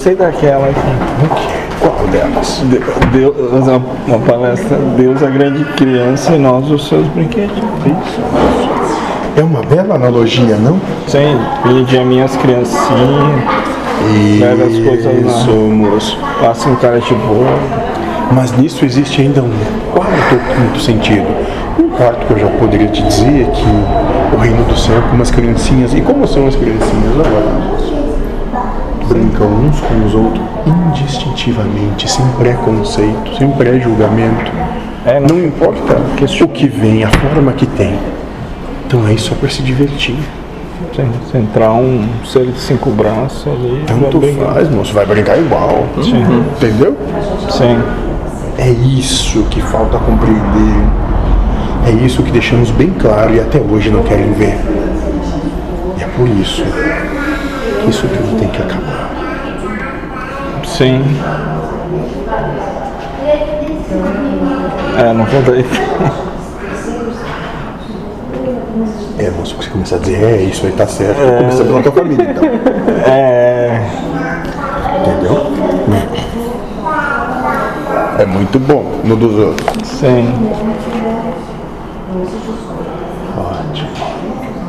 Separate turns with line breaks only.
sei daquela assim. Qual delas? Deus, uma palestra Deus a grande criança e nós os seus brinquedos. Isso.
É uma bela analogia, não?
Sim, pedia minhas criancinhas, Pega as coisas lá.
Isso, moço.
passa um cara de boa.
Mas nisso existe ainda um quarto ou quinto sentido. Um quarto que eu já poderia te dizer é que o reino do céu é com umas criancinhas. E como são as criancinhas agora? Brincam uns com os outros indistintivamente, sem preconceito, sem pré-julgamento.
É, não-
não importa o que vem, a forma que tem. Então é isso, é para se divertir.
Sim, se entrar um ser de cinco braços ali.
Tanto
vai brigar.
faz, moço, vai brincar igual. Entendeu?
Sim.
É isso que falta compreender. É isso que deixamos bem claro e até hoje não querem ver. E é por isso que isso tudo tem que acabar.
Sim. É, não vou daí.
É, moço, você começa a dizer, é isso aí tá certo. Começa pela tua família, então.
É.
Entendeu? É muito bom no dos outros.
Sim.
Ótimo.